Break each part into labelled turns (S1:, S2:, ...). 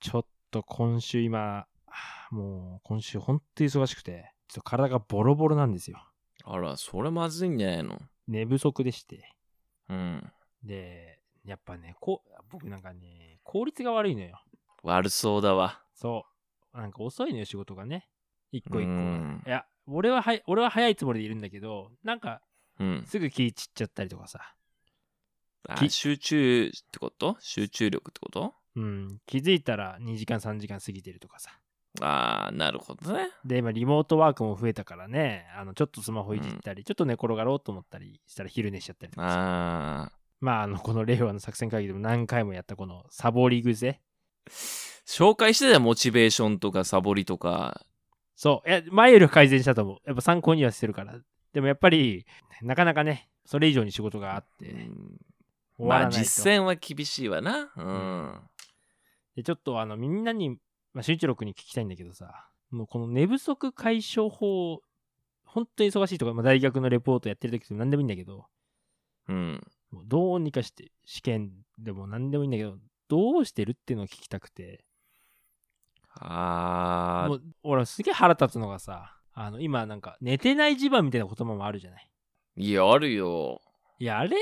S1: ちょっと今週今、もう今週本当に忙しくて、ちょっと体がボロボロなんですよ。
S2: あら、それまずいんじゃないの
S1: 寝不足でして。
S2: うん。
S1: で、やっぱね、こう、僕なんかね、効率が悪いのよ。
S2: 悪そうだわ。
S1: そう。なんか遅いのよ、仕事がね。一個一個
S2: う
S1: が
S2: ん。
S1: いや、俺ははい、俺は早いつもりでいるんだけど、なんか
S2: うん。
S1: すぐ気散っちゃったりとかさ。
S2: あ
S1: き
S2: 集中ってこと集中力ってこと
S1: うん、気づいたら2時間3時間過ぎてるとかさ。
S2: ああ、なるほどね。
S1: で、今リモートワークも増えたからね、あの、ちょっとスマホいじったり、ちょっと寝転がろうと思ったりしたら昼寝しちゃったりとかさ。
S2: ああ。
S1: まあ、あの、この令和の作戦会議でも何回もやったこのサボり癖。
S2: 紹介してたよ、モチベーションとかサボりとか。
S1: そう。いや、前よりは改善したと思う。やっぱ参考にはしてるから。でもやっぱり、なかなかね、それ以上に仕事があって、
S2: うん
S1: 終わ
S2: ま
S1: ら
S2: あ
S1: ないと。
S2: 実践は厳しいわな。う
S1: うん
S2: ん。
S1: で、ちょっとあの、みんなに、まあ、集中力に聞きたいんだけどさ、もうこの寝不足解消法、本当に忙しいとか、まあ、大学のレポートやってる時でも何でもいいんだけど、
S2: うん。
S1: もうどうにかして、試験でも何でもいいんだけど、どうしてるっていうのを聞きたくて、
S2: あ
S1: もう俺すげえ腹立つのがさ、あの、今なんか、寝てない地盤みたいな言葉もあるじゃない。
S2: ーいや、あるよ。
S1: いや、あれ、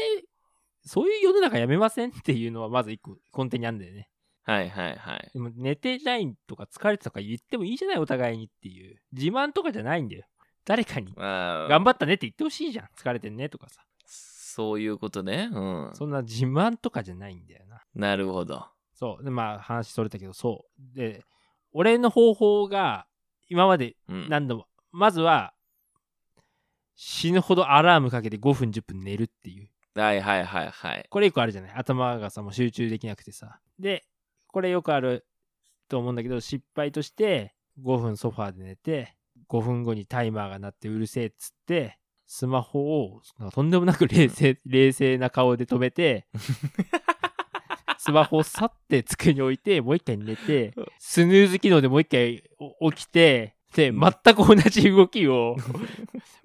S1: そういう世の中やめませんっていうのはまず一個根底にあるんだよね。
S2: はいはいはい。
S1: でも寝てないとか疲れてたとか言ってもいいじゃないお互いにっていう。自慢とかじゃないんだよ。誰かに
S2: あ
S1: 頑
S2: 張
S1: 張ったねって言ってほしいじゃん。疲れてんねとかさ。
S2: そういうことね。うん。
S1: そんな自慢とかじゃないんだよな。
S2: なるほど。
S1: そう。で、まあ話それたけど、そう。で、俺の方法が今まで
S2: うん。
S1: 何度も、まずは死ぬほどアラームかけて5分10分寝るっていう。
S2: はいはいはいはい。
S1: これ一個あるじゃない頭がさ、もう集中できなくてさ。で、これよくあると思うんだけど、失敗として5分ソファーで寝て、5分後にタイマーが鳴ってうるせえっつって、スマホをなんかとんでもなく冷静冷静な顔で止めて、スマホを去って机に置いて、もう一回寝て、スヌーズ機能でもう一回お起きて、で、
S2: うん
S1: 全く同じ動きを、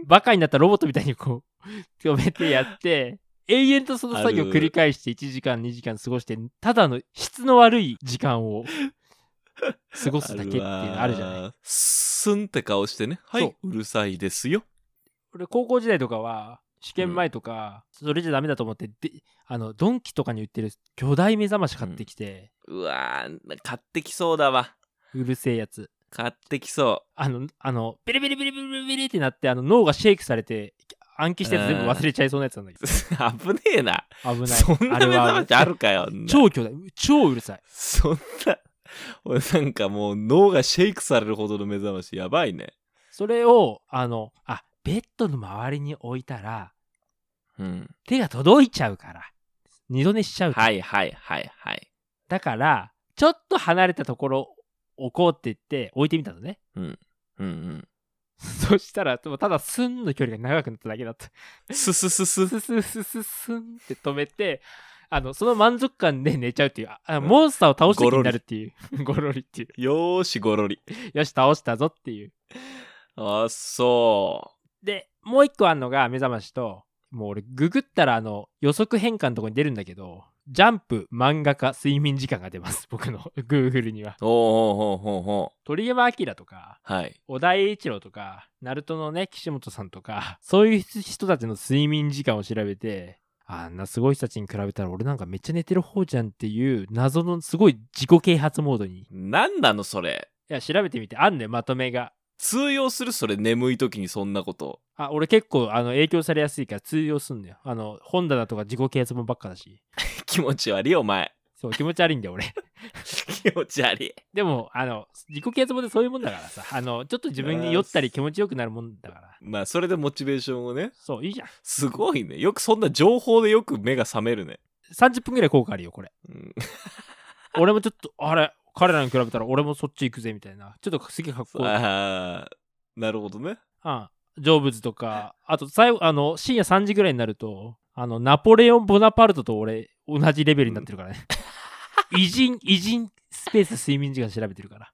S1: バカになったロボットみたいにこう、止めてや って、永遠とその作業を繰り返して1時間2時間過ごして、ただの質の悪い時間 を過ごすだけっていうのあるじゃない。
S2: い。スンって顔してね。は
S1: そう
S2: い。うるさいですよ。
S1: 俺高校時代とかは試験前とか、それじゃダメだと思ってであのドンキとかに売ってる巨大目覚まし買ってきて、
S2: うわー、買ってきそうだわ。
S1: うるせえやつ
S2: 買ってきそ
S1: あのあのビリビリビリビリビリビリってなってあの脳がシェイクされて暗記したやつ全部忘れちゃいそうなやつなんだけ
S2: う。危ねえな。
S1: ど危ない
S2: そんな目覚ましあるか
S1: あ
S2: よ
S1: れ。は超巨大超うるさい
S2: そんな。俺なんかもう脳がシェイクされるほどの目覚ましやばいね。
S1: それをあのあベッドの周りに置いたら
S2: うん。
S1: 手が届いちゃうから二度寝しちゃうと
S2: はいはいはいはい。
S1: だからちょっと離れたところ置こうって言って置いてみたのね
S2: うんうん。
S1: そしたら、でもただスンの距離が長くなっただけだった。
S2: すすす
S1: ス
S2: す。
S1: ススススンって止めて、あの、その満足感で寝ちゃうっていう、ああモンスターを倒した気になるっていう、 ゴロリっていう、
S2: よーしごろり。
S1: よし、倒したぞっていう。
S2: あ、そ
S1: で、もう一個あんのが目覚ましと、もう俺、ググったらあの、予測変換のとこに出るんだけど、ジャンプ、漫画家、睡眠時間が出ます。僕の Google には。
S2: う。おうおうほうほうほ
S1: 鳥山明とか、
S2: う。はい。
S1: 小田栄一郎とか、ナルトのね、岸本さんとか、そういう人たちの睡眠時間を調べて、あんなすごい人たちに比べたら俺なんかめっちゃ寝てる方じゃんっていう謎のすごい自己啓発モードに。い
S2: なんなのそれ。
S1: や、調べてみて、あんね、まとめが。
S2: 通用するそれ眠い時にそんなこと。
S1: あ、俺結構あの影響されやすいから通用すんだよ。あの、本棚とか自己啓発本ばっかだし。
S2: 気持ち悪いお前。
S1: そう、気持ち悪いんだよ、俺。
S2: 気持ち悪い。
S1: でも、あの、自己啓発本ってそういうもんだからさ、あの、ちょっと自分に酔ったり気持ちよくなるもんだから。
S2: まあそれでモチベーションをね。
S1: そう、いいじゃん。
S2: すごいね。よくそんな情報でよく目が覚めるね。
S1: 30分ぐらい効果あるよ、これ。
S2: うん、
S1: 俺もちょっと、 あれ、彼らに比べたら俺もそっち行くぜみたいな。ちょっとすげえかっこいい。
S2: あーなるほどね。
S1: うん。ジョブズとか、あと最後、あの、深夜3時ぐらいになると、あの、ナポレオン・ボナパルトと俺、同じレベルになってるからね。偉人、偉人スペース睡眠時間調べてるから。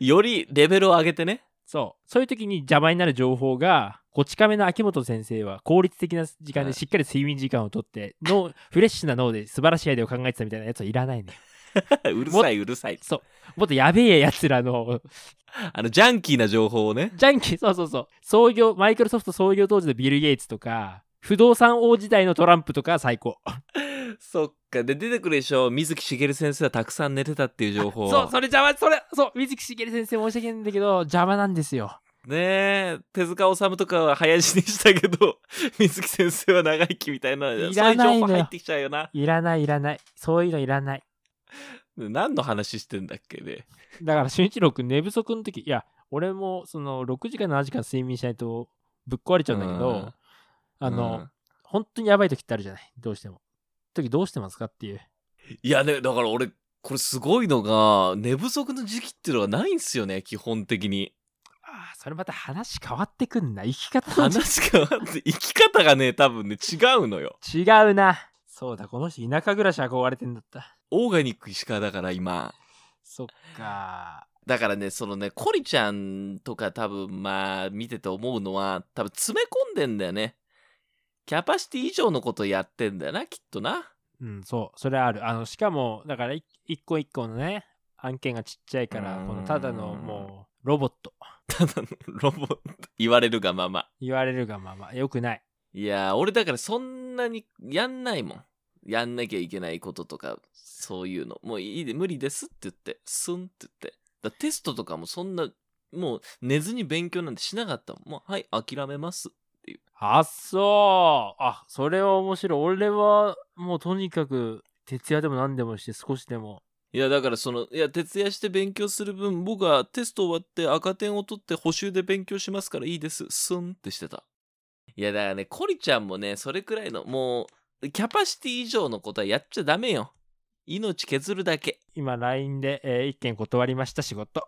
S2: よりレベルを上げてね。
S1: そう。そういう時に邪魔になる情報が、こち亀の秋元先生は効率的な時間でしっかり睡眠時間をとって、脳フレッシュな脳で素晴らしいアイデアを考えてたみたいなやつはいらないね。
S2: うるさいうるさい。
S1: そう。もっとやべえやつらの、
S2: あの、ジャンキーな情報をね。
S1: ジャンキー、そうそうそう。創業、マイクロソフト創業当時のビル・ゲイツとか、不動産王時代のトランプとか最高。
S2: そっか。で、出てくるでしょ。水木しげる先生はたくさん寝てたっていう情報。
S1: そう、それ邪魔、それ、そう、水木しげる先生申し訳ないんだけど、邪魔なんですよ。
S2: ねえ、手塚治虫とかは早死にしたけど、 水木先生は長生きみたいな、
S1: いらないのよ
S2: そういう情報入ってきちゃうよな。
S1: いらない、いらない。そういうのいらない。
S2: 何の話してんだっけね。
S1: だから、俊一郎君、寝不足の時、いや、俺も、その、6時間、7時間睡眠しないと、ぶっ壊れちゃうんだけど、
S2: うん
S1: あの、
S2: うん
S1: 本当にやばい時ってあるじゃない。どうしても。時どうしてますかっていう。
S2: いやね、だから俺、これすごいのが、寝不足の時期っていうのがないんすよね、基本的に。
S1: ああ、それまた話変わってくんな。生き方の
S2: 話変わって、生き方がね、多分ね、違うのよ。
S1: 違うな。そうだ、この人、田舎暮らし憧れてんだった。
S2: オーガニック石川だから今。
S1: そっか。
S2: だからね、そのね、コリちゃんとか多分まあ見てて思うのは、多分詰め込んでんだよね。キャパシティ以上のことやってんだよな、きっとな。
S1: うん、そう、それある。あの、しかも、だから、い一個一個のね、案件がちっちゃいか
S2: うー
S1: ら、
S2: ん
S1: このただのもう、ロボット。
S2: ただのロボット、言われるがまま。
S1: 言われるがまま、よくない。
S2: いやー、俺だからそんなにやんないもん。やんなきゃいけないこととか、そういうの。もういいで、無理ですって言って、すんって言って。だテストとかもそんな、もう寝ずに勉強なんてしなかったもん。もう、はい、諦めます。
S1: あっそう。あ、それは面白い。俺は、もうとにかく、徹夜でも何でもして、少しでも。
S2: いや、だからその、いや、徹夜して勉強する分、僕はテスト終わって赤点を取って補習で勉強しますからいいです。スンってしてた。いや、だからね、コリちゃんもね、それくらいの、もう、キャパシティ以上のことはやっちゃダメよ。命削るだけ。
S1: 今、LINE で、えー一件断りました、仕事。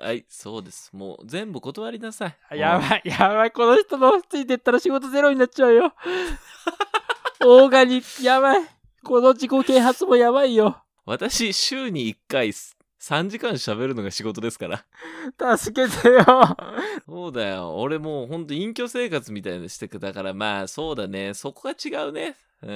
S2: はい、そうです。もう、全部断りなさ
S1: あ
S2: い。
S1: や
S2: い。
S1: ばい、やばい、この人のついてったら仕事ゼロになっちゃうよ。 オーガニック、やばい。この自己啓発もやばいよ。
S2: 私、週に1回、3時間喋るのが仕事ですから。
S1: 助けてよ。
S2: そうだよ。俺もうほんと隠居生活みたいにしてく。だからまあそうだね。そこが違うね。う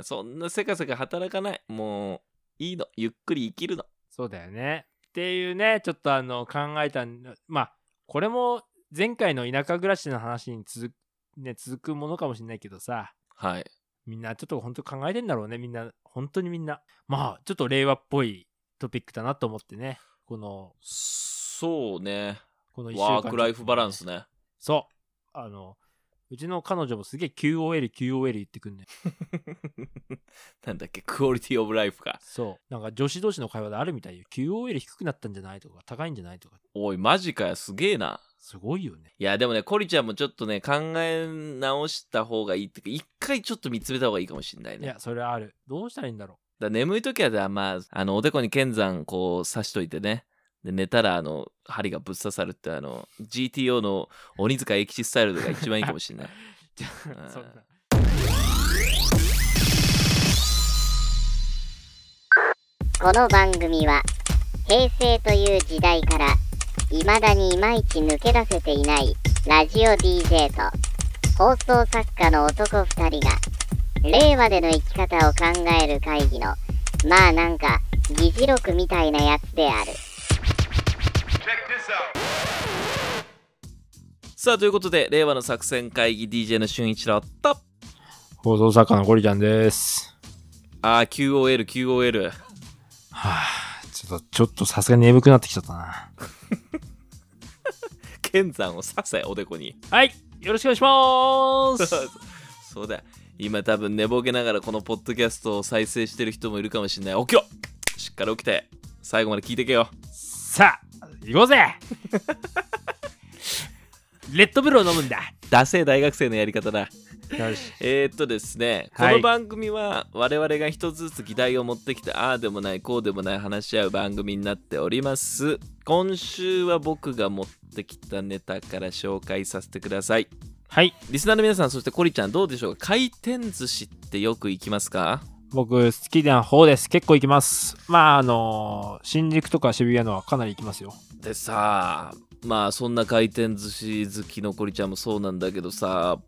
S2: ん。そんなせかせか働かない。もういいの。ゆっくり生きるの。
S1: そうだよね。っていうね、ちょっとあの考えたんだまあ、これも前回の田舎暮らしの話に続く,、ね、続くものかもしれないけどさ、
S2: はい。
S1: みんなちょっと本当考えてんだろうね、みんな。本当にみんな。まあ、ちょっと令和っぽいトピックだなと思ってね。この、
S2: そうね。
S1: この一週間、
S2: ワークライフバランス。ね。
S1: そう。あの、うちの彼女もすげえ QOL、QOL 言ってくんね。
S2: なんだっけ、クオリティオブライフか。
S1: そう。なんか女子同士の会話であるみたいよ。QOL 低くなったんじゃないとか、高いんじゃないとか。
S2: おい、マジかよ。すげえな。
S1: すごいよね。
S2: いや、でもね、コリちゃんもちょっとね、考え直した方がいいってか、一回ちょっと見つめた方がいいかもしれない
S1: い
S2: ね。
S1: や、それはある。どうしたらいいんだろ
S2: だ眠い時はだ、まあ、あの、おでこに剣山こう刺しといてね。で、寝たら、あの、針がぶっ刺さるって、あの、GTO の鬼塚栄吉スタイルが一番いいかもしれ ない。
S1: う。じゃ
S2: う
S1: あ
S2: ん
S1: そんな
S3: この番組は平成という時代から未だにいまいち抜け出せていないラジオ DJ と放送作家の男2人が令和での生き方を考える会議のまあなんか議事録みたいなやつである。
S2: さあ、ということで、令和の作戦会議 DJ の俊一郎と、
S1: 放送作家のゴリちゃんです。
S2: あー、QOL、QOL。
S1: はあ、ちょっと、ちょっとさすがに眠くなってきちゃったな。
S2: 剣山を刺せ、おでこに。
S1: はい、よろしくお願いし ます。
S2: そうだ。今多分寝ぼけながらこのポッドキャストを再生してる人もいるかもしれない。起きよしっかり起きて、最後まで聞いてけよ。
S1: さあ、行こうぜ レッドブルを飲むんだ。
S2: ダセえ大学生のやり方だ。
S1: よし。
S2: えー、っとですね、
S1: はい
S2: この番組は我々が一つずつ議題を持ってきてああでもないこうでもない話し合う番組になっております今週は僕が持ってきたネタから紹介させてください
S1: はい、
S2: リスナーの皆さんそしてコリちゃんどうでしょうか回転寿司ってよく行きますか
S1: 僕、好きな方です。結構行きます。まあ、あのー新宿とか渋谷のはかなり行きますよ。
S2: でさまあそんな回転寿司好きのコリちゃんもそうなんだけどさ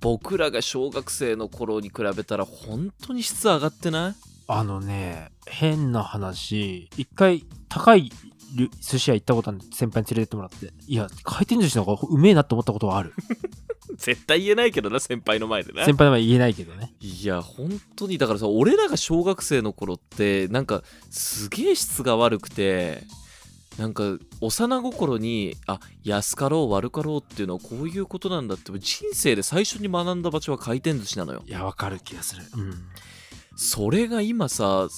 S2: 僕らが小学生の頃に比べたら本当に質上がってない
S1: あのね、変な話一回高いり寿司屋行ったことあるんで先輩に連れてってもらっていや回転寿司の方がうめえなって思ったことはあ る
S2: 絶対言えないけどな先輩の前でな
S1: 先輩の前言えないけどね
S2: いや本当にだからさ俺らが小学生の頃ってなんかすげえ質が悪くてなんか幼心にあ安かろう悪かろうっていうのはこういうことなんだって人生で最初に学んだ場所は回転寿司なのよ
S1: いやわかる気がするうん
S2: それが今さ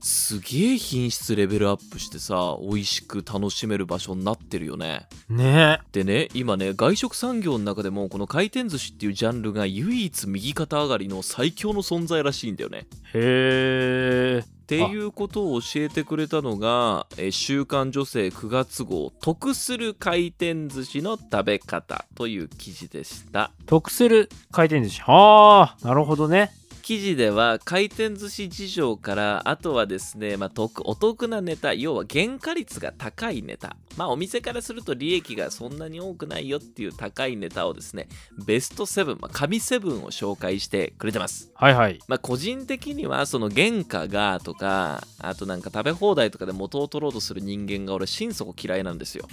S2: すすげえ品質レベルアップしてさ美味しく楽しめる場所になってるよね
S1: ねえ
S2: でね今ね外食産業の中でもこの回転寿司っていうジャンルが唯一右肩上がりの最強の存在らしいんだよね
S1: へえ
S2: っていうことを教えてくれたのが「えー週刊女性9月号得する回転寿司の食べ方」という記事でした
S1: 得する回転寿司ああなるほどね
S2: 記事では回転寿司事情からあとはですね、まあ、得お得なネタ要は原価率が高いネタまあお店からすると利益がそんなに多くないよっていう高いネタをですねベスト7、まあ、神7を紹介してくれてます
S1: はいはい
S2: まあ、個人的にはその原価がとかあとなんか食べ放題とかで元を取ろうとする人間が俺心底嫌いなんですよ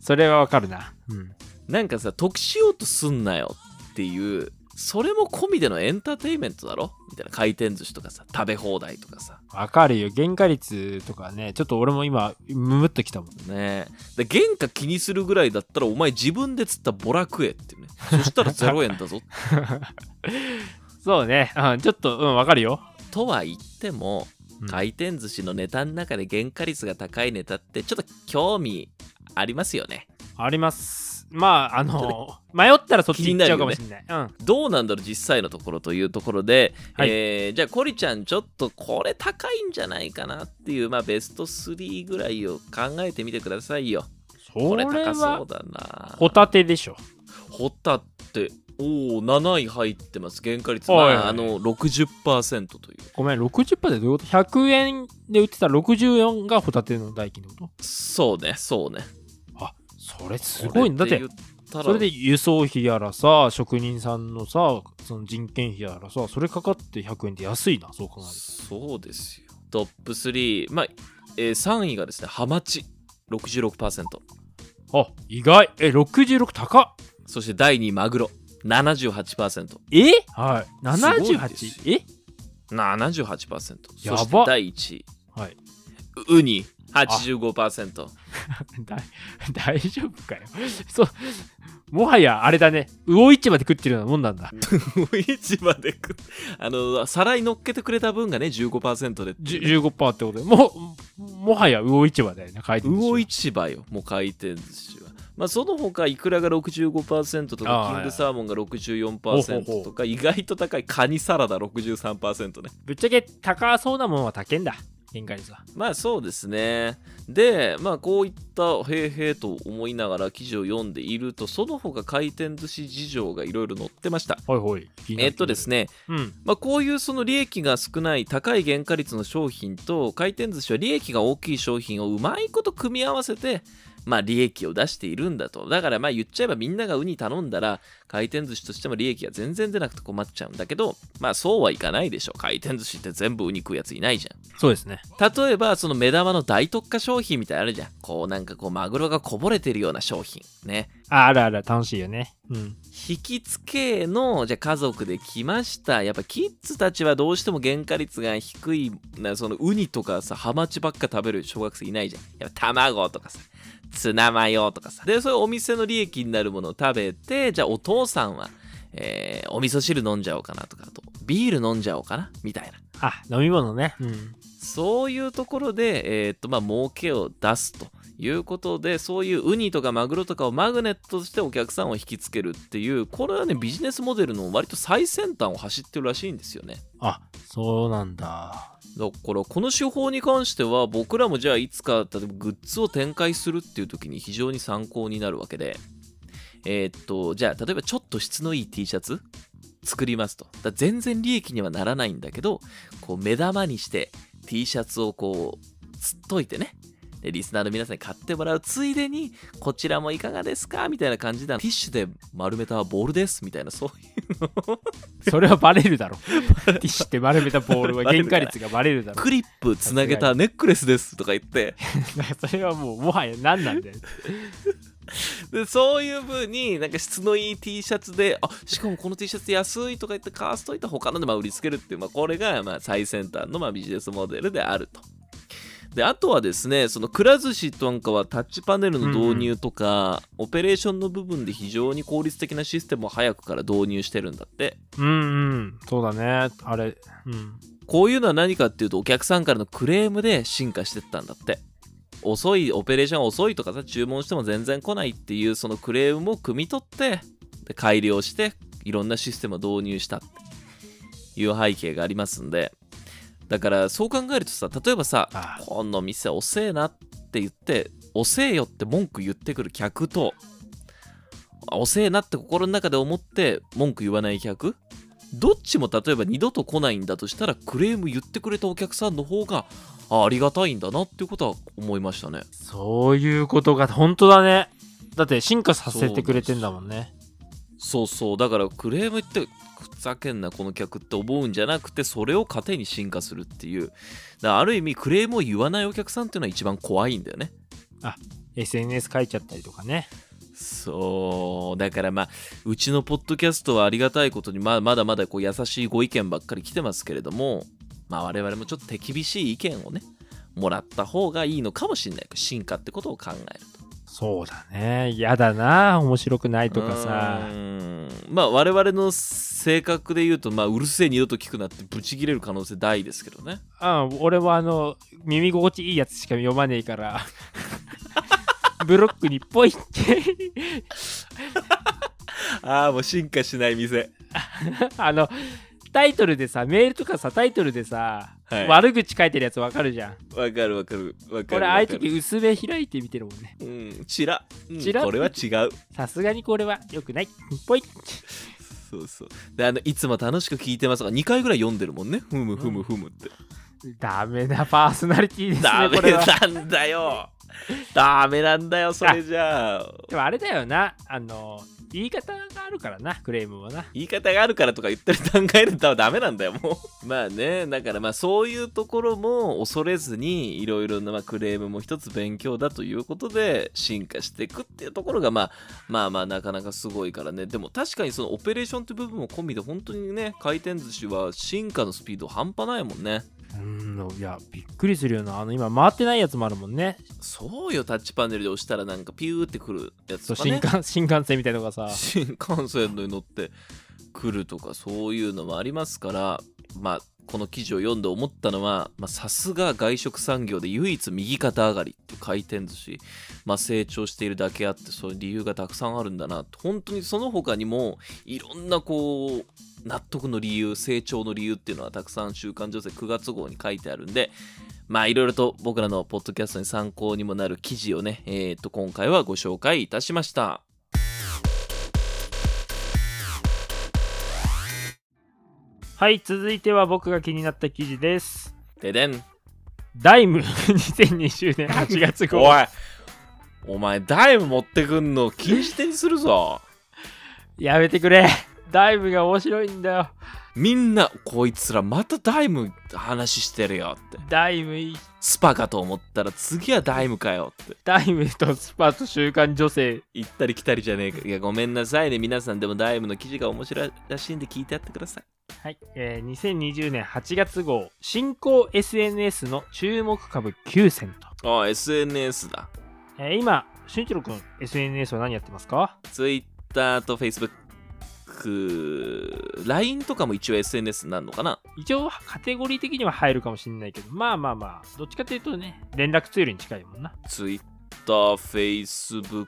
S1: それはわかるなうん
S2: なんかさ得しようとすんなよっていうそれも込みでのエンターテインメントだろみたいな回転寿司とかさ食べ放題とかさ
S1: わかるよ原価率とかねちょっと俺も今ムムっときたもん
S2: ねえで原価気にするぐらいだったらお前自分で釣ったボラクエっていうねそしたら0円だぞ
S1: そうね、うん、ちょっとうんわかるよ
S2: とは言っても
S1: うん
S2: 回転寿司のネタの中で原価率が高いネタってちょっと興味ありますよね
S1: ありますまああ の迷ったらそっち行っちゃうかもしれない
S2: どうなんだろう実際のところというところで、
S1: はい
S2: えーじゃあコリちゃんちょっとこれ高いんじゃないかなっていう、まあ、ベスト3ぐらいを考えてみてくださいよ
S1: うん
S2: これ
S1: それ
S2: 高そ
S1: は
S2: うだな
S1: ホタテでしょ
S2: ホタテおお7位入ってます原価率ま
S1: はい
S2: ああの60%という
S1: ごめん60%でどういうこと ?100 円で売ってたら64がホタテの代金ってこ
S2: そうねそうね
S1: とそれすごいんだっ
S2: こ
S1: て
S2: れで言ったら
S1: それで輸送費やらさ職人さんのさその人件費やらさそれかかって100円って安いなそう考える
S2: そうですよトップ3まあ、えー3位がですねハマチ66%
S1: とあ意外え66高っ
S2: そして第2位マグロ78%
S1: えはい
S2: すごいですよ
S1: 78? え
S2: 78%
S1: やば
S2: そして第1位
S1: はいう
S2: ウニ85%
S1: だ 大丈夫かよ そうもはやあれだね魚市場で食ってるようなもんなんだ
S2: 市場で食っ あの皿に乗っけてくれた分がね15%で
S1: じゅ15%ってことでもうもはや魚市場だよね回転寿司は
S2: 魚市場よもう回転寿司はまあその他イクラが65%と
S1: あ
S2: か
S1: あ
S2: キングサーモンが
S1: はいほうほ
S2: 64%
S1: う
S2: とか意外と高いカニサラダ63%ね
S1: ぶっちゃけ高そうなもんは高いんだ原価率は
S2: まあそうですね。で、まあこういったへーへーと思いながら記事を読んでいると、その他回転寿司事情がいろいろ載ってました。
S1: ほいほい気にな
S2: えっとです
S1: ね
S2: ね、
S1: うん
S2: まあ、こういうその利益が少ない高い原価率の商品と回転寿司は利益が大きい商品をうまいこと組み合わせて、まあ、利益を出しているんだとだからまあ言っちゃえばみんながウニ頼んだら回転寿司としても利益が全然出なくて困っちゃうんだけどまあそうはいかないでしょ回転寿司って全部ウニ食うやついないじゃん
S1: そうですね
S2: 例えばその目玉の大特価商品みたいなのあるじゃんこうなんかこうマグロがこぼれてるような商品ね
S1: ああるある楽しいよねうん
S2: 引き付けのじゃあ家族で来ましたやっぱキッズたちはどうしても原価率が低いなそのウニとかさハマチばっか食べる小学生いないじゃんやっぱ卵とかさツナマヨとかさでそういうお店の利益になるものを食べてじゃあお父さんは、えーお味噌汁飲んじゃおうかなとかあとビール飲んじゃおうかなみたいな
S1: あ飲み物ねうん
S2: そういうところで、えーっと、まあ、儲けを出すということで、そういうウニとかマグロとかをマグネットとしてお客さんを引きつけるっていう、これはね、ビジネスモデルの割と最先端を走ってるらしいんですよね。
S1: あそうなんだ
S2: だから、この手法に関しては、僕らもじゃあいつか、例えばグッズを展開するっていう時に非常に参考になるわけで、えーっと、じゃあ、例えばちょっと質のいい T シャツ作りますと。だから全然利益にはならないんだけど、こう目玉にして T シャツをこう、つっといてね。でリスナーの皆さんに買ってもらうついでにこちらもいかがですかみたいな感じでティッシュで丸めたボールですみたいなそういうのを
S1: それはバレるだろ。ティッシュって丸めたボールは
S2: バレ
S1: 原価
S2: るから
S1: 率がバレるだろ。
S2: クリップつなげたネックレスですとか言って
S1: それはもうもはや何なんだよ。
S2: でそういう風になんか質のいい T シャツであしかもこの T シャツ安いとか言って買わすといて他のでまあ売りつけるっていう、まあ、これがまあ最先端のまあビジネスモデルであると。であとはですねそのくら寿司となんかはタッチパネルの導入とか、オペレーションの部分で非常に効率的なシステムを早くから導入してるんだって
S1: うんうん。そうだね。あれ。うん。
S2: こういうのは何かっていうとお客さんからのクレームで進化してったんだって遅いオペレーションが遅いとかさ注文しても全然来ないっていうそのクレームも汲み取ってで改良していろんなシステムを導入したっていう背景がありますんでだからそう考えるとさ例えばさ
S1: ああ
S2: この店遅えなって言って遅えよって文句言ってくる客とあ遅えなって心の中で思って文句言わない客どっちも例えば二度と来ないんだとしたらクレーム言ってくれたお客さんの方があありがたいんだなっていうことは思いましたね
S1: そういうことが本当だね。だって進化させてくれてんだもんね。
S2: そうそうだからクレームってふざけんなこの客って思うんじゃなくてそれを糧に進化するっていうだからある意味クレームを言わないお客さんっていうのは一番怖いんだよね
S1: SNS 書いちゃったりとかね。
S2: そうだからまあうちのポッドキャストはありがたいことにまあまだまだこう優しいご意見ばっかり来てますけれどもまあ我々もちょっと手厳しい意見をねもらった方がいいのかもしれない進化ってことを考える
S1: そうだね。嫌だな。面白くない
S2: と
S1: とかさ
S2: う。ーんまあ我々の性格で言うとまあうるせえ二度と聞くなってブチ切れる可能性大ですけどね
S1: うん、俺はあの、耳心地いいやつしか読まねえから。 ブロックにポイって
S2: ああもう進化しない店
S1: あのタイトルでさメールとかさタイトルでさ、
S2: はい
S1: 悪口書いてるやつわかるじゃん
S2: わかるわかるわかる
S1: 俺ああいう時薄め開いて見てるもんね
S2: うんチラ、うん、
S1: チラ
S2: これは違う
S1: さすがにこれは良くないポイ
S2: そうそうであのいつも楽しく聞いてますが2回ぐらい読んでるもんねふむふむふ むって、
S1: ダメなパーソナリティですね
S2: ダ
S1: これ
S2: メ
S1: は
S2: なんだよダメなんだよそれじゃ あ
S1: でもあれだよなあの言い方があるからなクレームはな
S2: 言い方があるからとか言ってる段階でダメなんだよもうまあねだからまあそういうところも恐れずにいろいろなまあクレームも一つ勉強だということで進化していくっていうところがまあまあまあなかなかすごいからねでも確かにそのオペレーションって部分も込みで本当にね回転寿司は進化のスピード半端ないもんね
S1: うんいやびっくりするよなあの今回ってないやつもあるもんね
S2: そうよタッチパネルで押したらなんかピューってくるやつ
S1: そ
S2: と
S1: う新
S2: か、ね、
S1: 幹 新幹線みたいなのがさ
S2: 新幹線に乗ってくるとかそういうのもありますからまあこの記事を読んで思ったのはまあさすが外食産業で唯一右肩上がりっていう回転寿司、まあ、成長しているだけあってそういう理由がたくさんあるんだなと本当にその他にもいろんなこう納得の理由成長の理由っていうのはたくさん「週刊女性」9月号に書いてあるんでまあいろいろと僕らのポッドキャストに参考にもなる記事をねえー、と今回はご紹介いたしました。
S1: はい続いては僕が気になった記事です
S2: ででん
S1: ダイム 2020年8月号
S2: おいお前ダイム持ってくんの禁止点にするぞ
S1: やめてくれダイムが面白いんだよ
S2: みんなこいつらまたダイム話してるよって
S1: ダイムいい
S2: スパかと思ったら次はダイムかよって
S1: ダイムとスパと週刊女性
S2: 行ったり来たりじゃねえかいやごめんなさいね皆さんでもダイムの記事が面白いらしいんで聞いてやってください
S1: はい、えー2020年8月号新興 SNS の注目株9選と、
S2: ああ SNS だ
S1: えー今俊一郎君 SNS は何やってますか
S2: Twitter と FacebookLINE とかも一応 SNS になるのかな
S1: 一応カテゴリー的には入るかもしれないけどまあまあまあどっちかというとね連絡ツールに近いもんな
S2: TwitterFacebook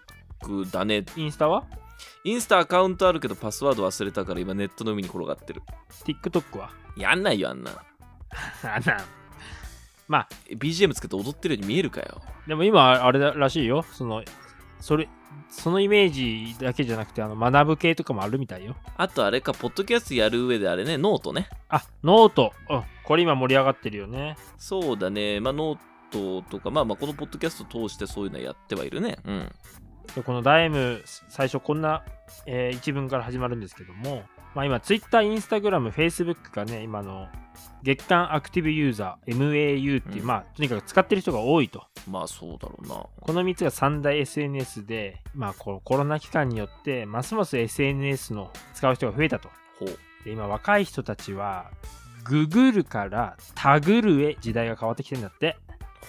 S2: だね
S1: インスタは
S2: インスタアカウントあるけどパスワード忘れたから今ネットの海に転がってる。
S1: TikTok は
S2: やんないよあんな。
S1: あなんまあ
S2: BGM つけて踊ってるように見えるかよ。
S1: でも今あれらしいよそのそれそのイメージだけじゃなくてあの学ぶ系とかもあるみたいよ
S2: あとあれか、ポッドキャストやる上であれね、ノートね。
S1: あノート、うん、これ今盛り上がってるよね
S2: そうだね。まあノートとか、まあまあ、このポッドキャスト通してそういうのはやってはいるね。うん。
S1: でこのダイム最初こんな、えー一文から始まるんですけども、まあ、今 Twitter、Instagram、Facebook がね今の月間アクティブユーザー MAU っていう、
S2: うん
S1: まあとにかく使ってる人が多いと
S2: まあ、そうだろうな。
S1: この3つが3大 SNS で、まあ、このコロナ期間によってますます SNS の使う人が増えたと
S2: ほう。
S1: で今若い人たちはググるからタグるへ時代が変わってきてんだって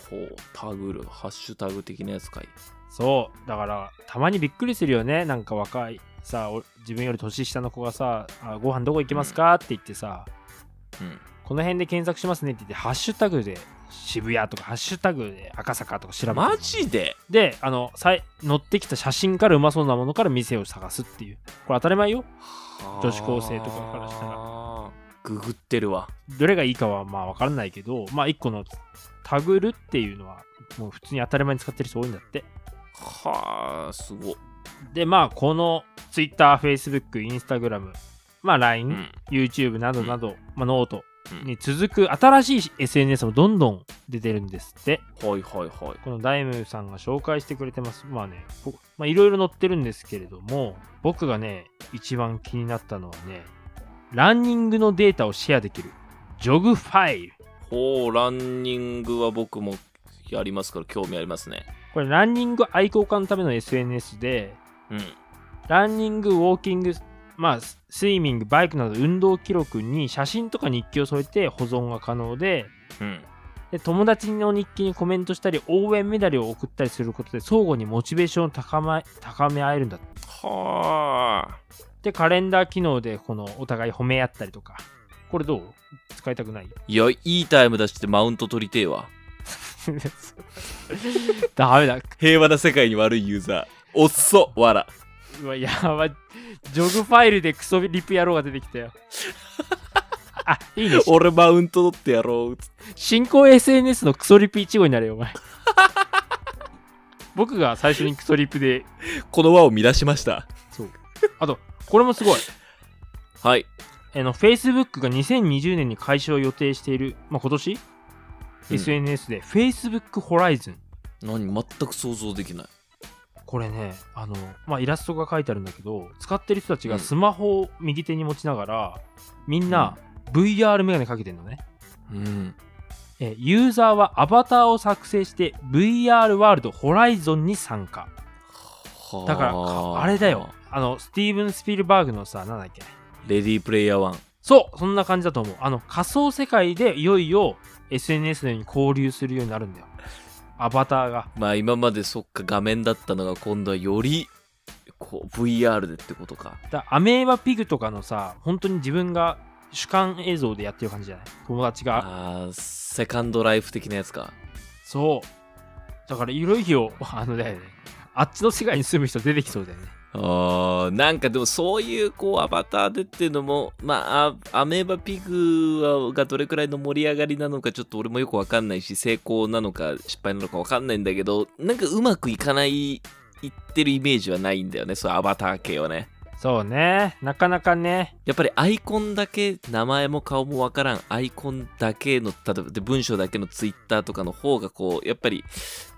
S2: ほう。タグる。ハッシュタグ的なやつかい。
S1: そうだからたまにびっくりするよねなんか若いさお自分より年下の子がさ「あご飯どこ行きますか?」って言ってさ
S2: うん。
S1: 「この辺で検索しますね」って言ってハッシュタグで渋谷とかハッシュタグで赤坂とか調べて
S2: マジで
S1: であのさい乗ってきた写真からうまそうなものから店を探すっていうこれ当たり前よ女子高生とかからした
S2: ら。ググってるわ。
S1: どれがいいかはまあ分からないけどまあ一個のタグるっていうのはもう普通に当たり前に使ってる人多いんだって
S2: はあ、すご。
S1: でまあこの TwitterFacebookInstagram まあ LINE、
S2: うん。
S1: YouTube などなど、まあ、ノート
S2: うん
S1: に続く新しい SNS もどんどん出てるんですって
S2: はいはいはい。
S1: このダイムさんが紹介してくれてますまあねぼまあいろいろ載ってるんですけれども僕がね一番気になったのはねランニングのデータをシェアできるジョグファイル
S2: ほう、ランニングは僕もやりますから、興味ありますね。
S1: これランニング愛好家のための SNS で
S2: うん。
S1: ランニングウォーキングまあススイミングバイクなど運動記録に写真とか日記を添えて保存が可能で
S2: うん。
S1: で友達の日記にコメントしたり応援メダルを送ったりすることで相互にモチベーションを高ま高め合えるんだって
S2: はあ。
S1: でカレンダー機能でこのお互い褒め合ったりとかこれどう使いたくない
S2: いや、いいタイム出してマウント取りてえわ。
S1: ダメだ
S2: 平和な世界に悪いユーザー。おっそ、わら。
S1: うわやばジョグファイルでクソリプ野郎が出てきたよあいいね
S2: 俺マウント取ってやろう。
S1: 新興 SNS のクソリプ1号になれよお前僕が最初にクソリプで
S2: この輪を乱しました。
S1: そうあとこれもすごい
S2: はい。
S1: あの Facebook が2020年に開始を予定している、まあ、今年、
S2: うん
S1: SNS で Facebook Horizon
S2: 何全く想像できない。
S1: これねあの、まあ、イラストが書いてあるんだけど使ってる人たち
S2: う
S1: が
S2: ん
S1: スマホを右手に持ちながら、みんな VR メガネかけてるのね
S2: うん。
S1: えユーザーはアバターを作成して VR ワールド Horizon に参加
S2: は
S1: だからかあれだよ。あのスティーブン・スピルバーグのさなんだっけ
S2: レディープレイヤー1。
S1: そうそんな感じだと思うあの仮想世界でいよいよ SNS のように交流するようになるんだよアバターが
S2: まあ今までそっか画面だったのが今度はよりこう VR でってことか。
S1: だアメーバピグとかのさ本当に自分が主観映像でやってる感じじゃない友達が
S2: ああ、セカンドライフ的なやつか。
S1: そうだからいろいろあのだよねあっちの世界に住む人出てきそうだよね
S2: あーなんかでもそういうこうアバターでっていうのもまああアメーバピグはがどれくらいの盛り上がりなのかちょっと俺もよくわかんないし成功なのか失敗なのかわかんないんだけどなんかうまくいかないいってるイメージはないんだよねそうアバター系はね
S1: そうねなかなかね
S2: やっぱりアイコンだけ名前も顔もわからんアイコンだけの例えばで文章だけのツイッターとかの方がこうやっぱり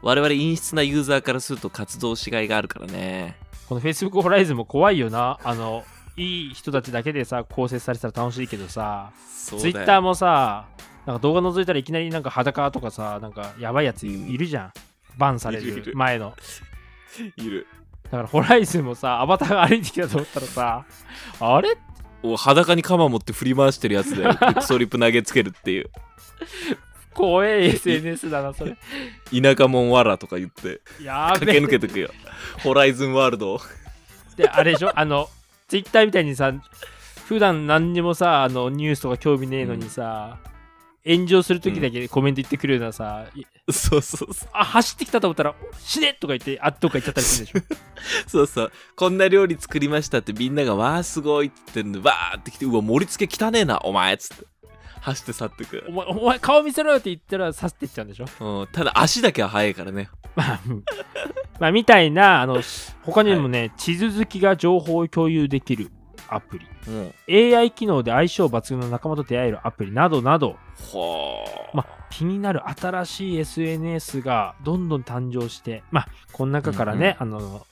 S2: 我々陰湿なユーザーからすると活動しがいがあるからね
S1: この Facebook Horizon も怖いよなあのいい人たちだけでさ構成されてたら楽しいけどさ
S2: そうだよ
S1: Twitter もさなんか動画覗いたらいきなりなんか裸とかさなんかやばいやついるじゃん、バンされ
S2: いるい
S1: る
S2: る
S1: 前の
S2: いる
S1: だからホライズンもさアバターが歩いてきたと思ったらさあれ
S2: お裸に鎌持って振り回してるやつだよ でクソリップ投げつけるっていう
S1: 怖え SNS だなそれ
S2: 田舎もんわらとか言って
S1: やべえ
S2: 駆け抜けてくよホライズンワールドを
S1: であれでしょあの Twitter みたいにさ普段何にもさあのニュースとか興味ねえのにさ、炎上する時だけコメント言ってくるようなさ、い
S2: そうそうそう
S1: あ走ってきたと思ったら死ねとか言ってあっとか言っちゃったりするでしょ
S2: そうそうこんな料理作りましたってみんながわあすごいって言ってんでわーって来てうわ盛り付け汚ねえなお前っつって走って去ってく
S1: お前お前顔見せろよって言ったら刺してっちゃうんでしょ
S2: うん、ただ足だけは速いからね
S1: まあ、うんまあみたいなあのし他にもね、地図好きが情報を共有できるアプリ、
S2: うん。
S1: AI 機能で相性抜群の仲間と出会えるアプリなどなど、
S2: はあ。
S1: まあ、気になる新しい SNS がどんどん誕生して、まあ、この中からね、あの、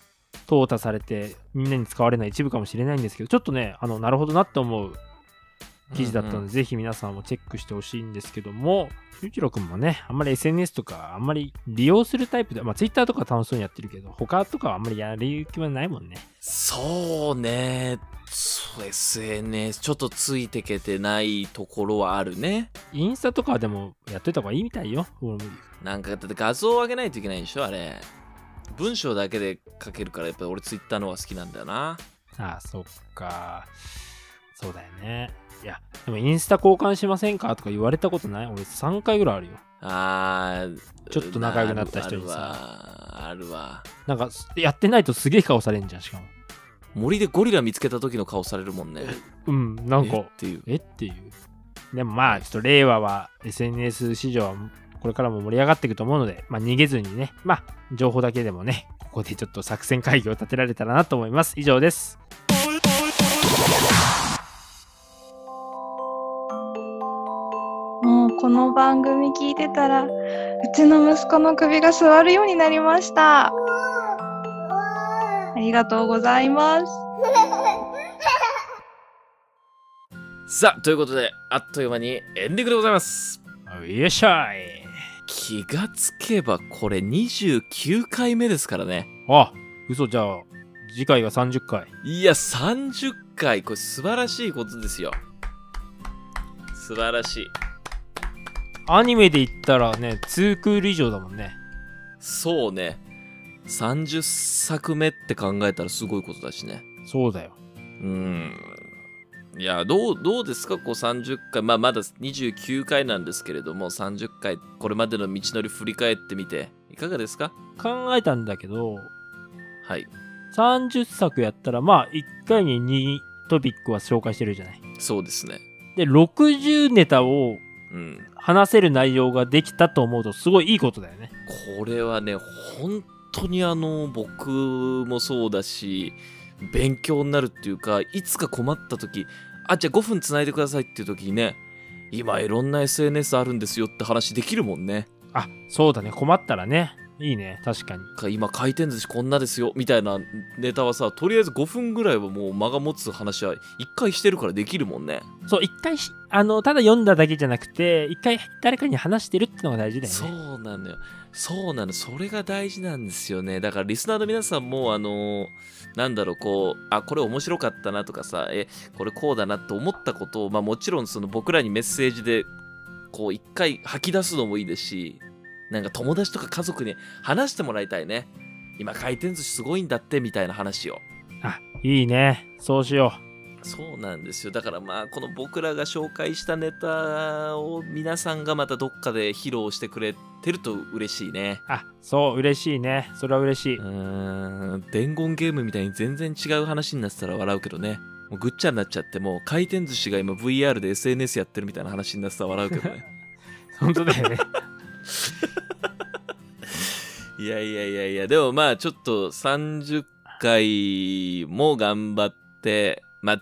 S1: 淘汰されて、みんなに使われない一部かもしれないんですけど、ちょっとね、あの、なるほどなって思う記事だったので、
S2: うんうん
S1: ぜひ皆さんもチェックしてほしいんですけども、ゆうちろくんもね、あんまり SNS とか、あんまり利用するタイプで、まあ、Twitter とか楽しそうにやってるけど、他とかはあんまりやる気はないもんね。
S2: そうね。そう SNS、ちょっとついてけてないところはあるね。
S1: インスタとかはでもやっといた方がいいみたいよ。俺も
S2: なんか、だって画像を上げないといけないんでしょ、あれ。文章だけで書けるから、やっぱり俺ツイッターの方が好きなんだよな。
S1: ああ、そっか。そうだよね。いや、でもインスタ交換しませんかとか言われたことない俺3回ぐらいあるよ。
S2: あー
S1: ちょっと仲良くなった人に
S2: さ。あるわあるわ。
S1: なんか、やってないとすげえ顔されんじゃん、しかも。
S2: 森でゴリラ見つけた時の顔されるもんね。
S1: うん、なん
S2: えっ
S1: か、
S2: ていう。
S1: えっていう。でもまあ、ちょっと令和は SNS 市場はこれからも盛り上がっていくと思うので、まあ逃げずにね、まあ情報だけでもね、ここでちょっと作戦会議を立てられたらなと思います。以上です。
S4: もうこの番組聞いてたらうちの息子の首が座るようになりましたありがとうございます
S2: さあ、ということで、あっという間にエンディングでございます。
S1: よっしゃい。
S2: 気がつけばこれ29回目ですからね。
S1: あ、嘘じゃあ、次回が30回。
S2: いや、30回、これ素晴らしいことですよ。素晴らしい。
S1: アニメで言ったらね、2クール以上だもんね。
S2: そうね。30作目って考えたらすごいことだしね。
S1: そうだよ。
S2: うん。いや、どう、どうですかこう30回。まあ、まだ29回なんですけれども、30回、これまでの道のり振り返ってみて、いかがですか
S1: 考えたんだけど、
S2: はい。
S1: 30作やったら、まあ、1回に2トピックは紹介してるじゃない。
S2: そうですね。
S1: で、60ネタを
S2: うん。
S1: 話せる内容ができたと思うと、すごいいいことだよね。
S2: これはね本当にあの僕もそうだし勉強になるっていうかいつか困った時あじゃあ5分つないでくださいっていう時にね今いろんな SNS あるんですよって話できるもんね
S1: あ、そうだね。困ったらね。いいね。確かに。
S2: か今回転寿司こんなですよみたいなネタはさとりあえず5分ぐらいはもう間が持つ話は1回してるからできるもんね
S1: そう、一回し、あの、ただ読んだだけじゃなくて、一回誰かに話してるってのが大事だよね。
S2: そうなのよそうなのそれが大事なんですよねだからリスナーの皆さんもあのーなんだろうこうあこれ面白かったなとかさえこれこうだなと思ったことを、まあ、もちろんその僕らにメッセージでこう一回吐き出すのもいいですしなんか友達とか家族に話してもらいたいね今回転寿司すごいんだってみたいな話を
S1: あ、いいね。そうしよ
S2: そうなんですよだからまあこの僕らが紹介したネタを皆さんがまたどっかで披露してくれてると嬉しいね。
S1: う。あ、そう、嬉しいね。それは嬉しいう
S2: ーん伝言ゲームみたいに全然違う話になってたら笑うけどねもうぐっちゃになっちゃってもう回転寿司が今 VR で SNS やってるみたいな話になってたら笑うけどね
S1: 本当だよね。
S2: いやいやいやいやでもまあちょっと30回も頑張ってまあ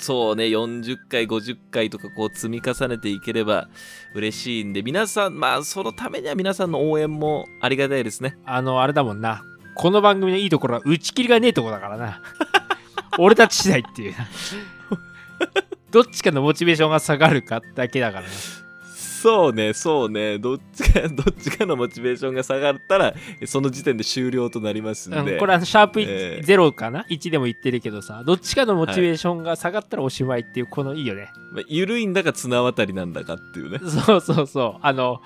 S2: そうね40回50回とかこう積み重ねていければ嬉しいんで皆さんまあそのためには皆さんの応援もありがたいですね
S1: あの、あれだもんな。この番組のいいところは打ち切りがねえとこだからな。 俺たち次第 っていう。どっちかのモチベーションが下がるかだけだからな。
S2: そうね、そうね、どっちか、 どっちかのモチベーションが下がったら、その時点で終了となりますんで。
S1: うんこれはシャープ
S2: ええ
S1: 0かな、1でも言ってるけどさ、どっちかのモチベーションが下がったらおしまいっていう、このいいよね。
S2: まあ緩いんだか綱渡りなんだかっていうね。
S1: そうそうそう。あの、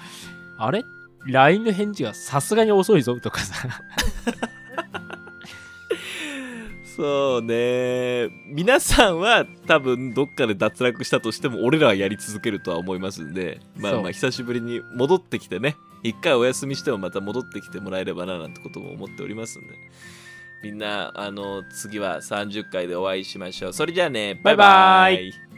S1: あれ ?LINE の返事がさすがに遅いぞとかさ。
S2: そうね、皆さんは多分どっかで脱落したとしても、俺らはやり続けるとは思いますんで、まあ
S1: そう
S2: まあ久しぶりに戻ってきてね、一回お休みしてもまた戻ってきてもらえればななんてことも思っておりますんで。みんな、あの、次は30回でお会いしましょう。それじゃあね、バイバ
S1: バイバ
S2: イ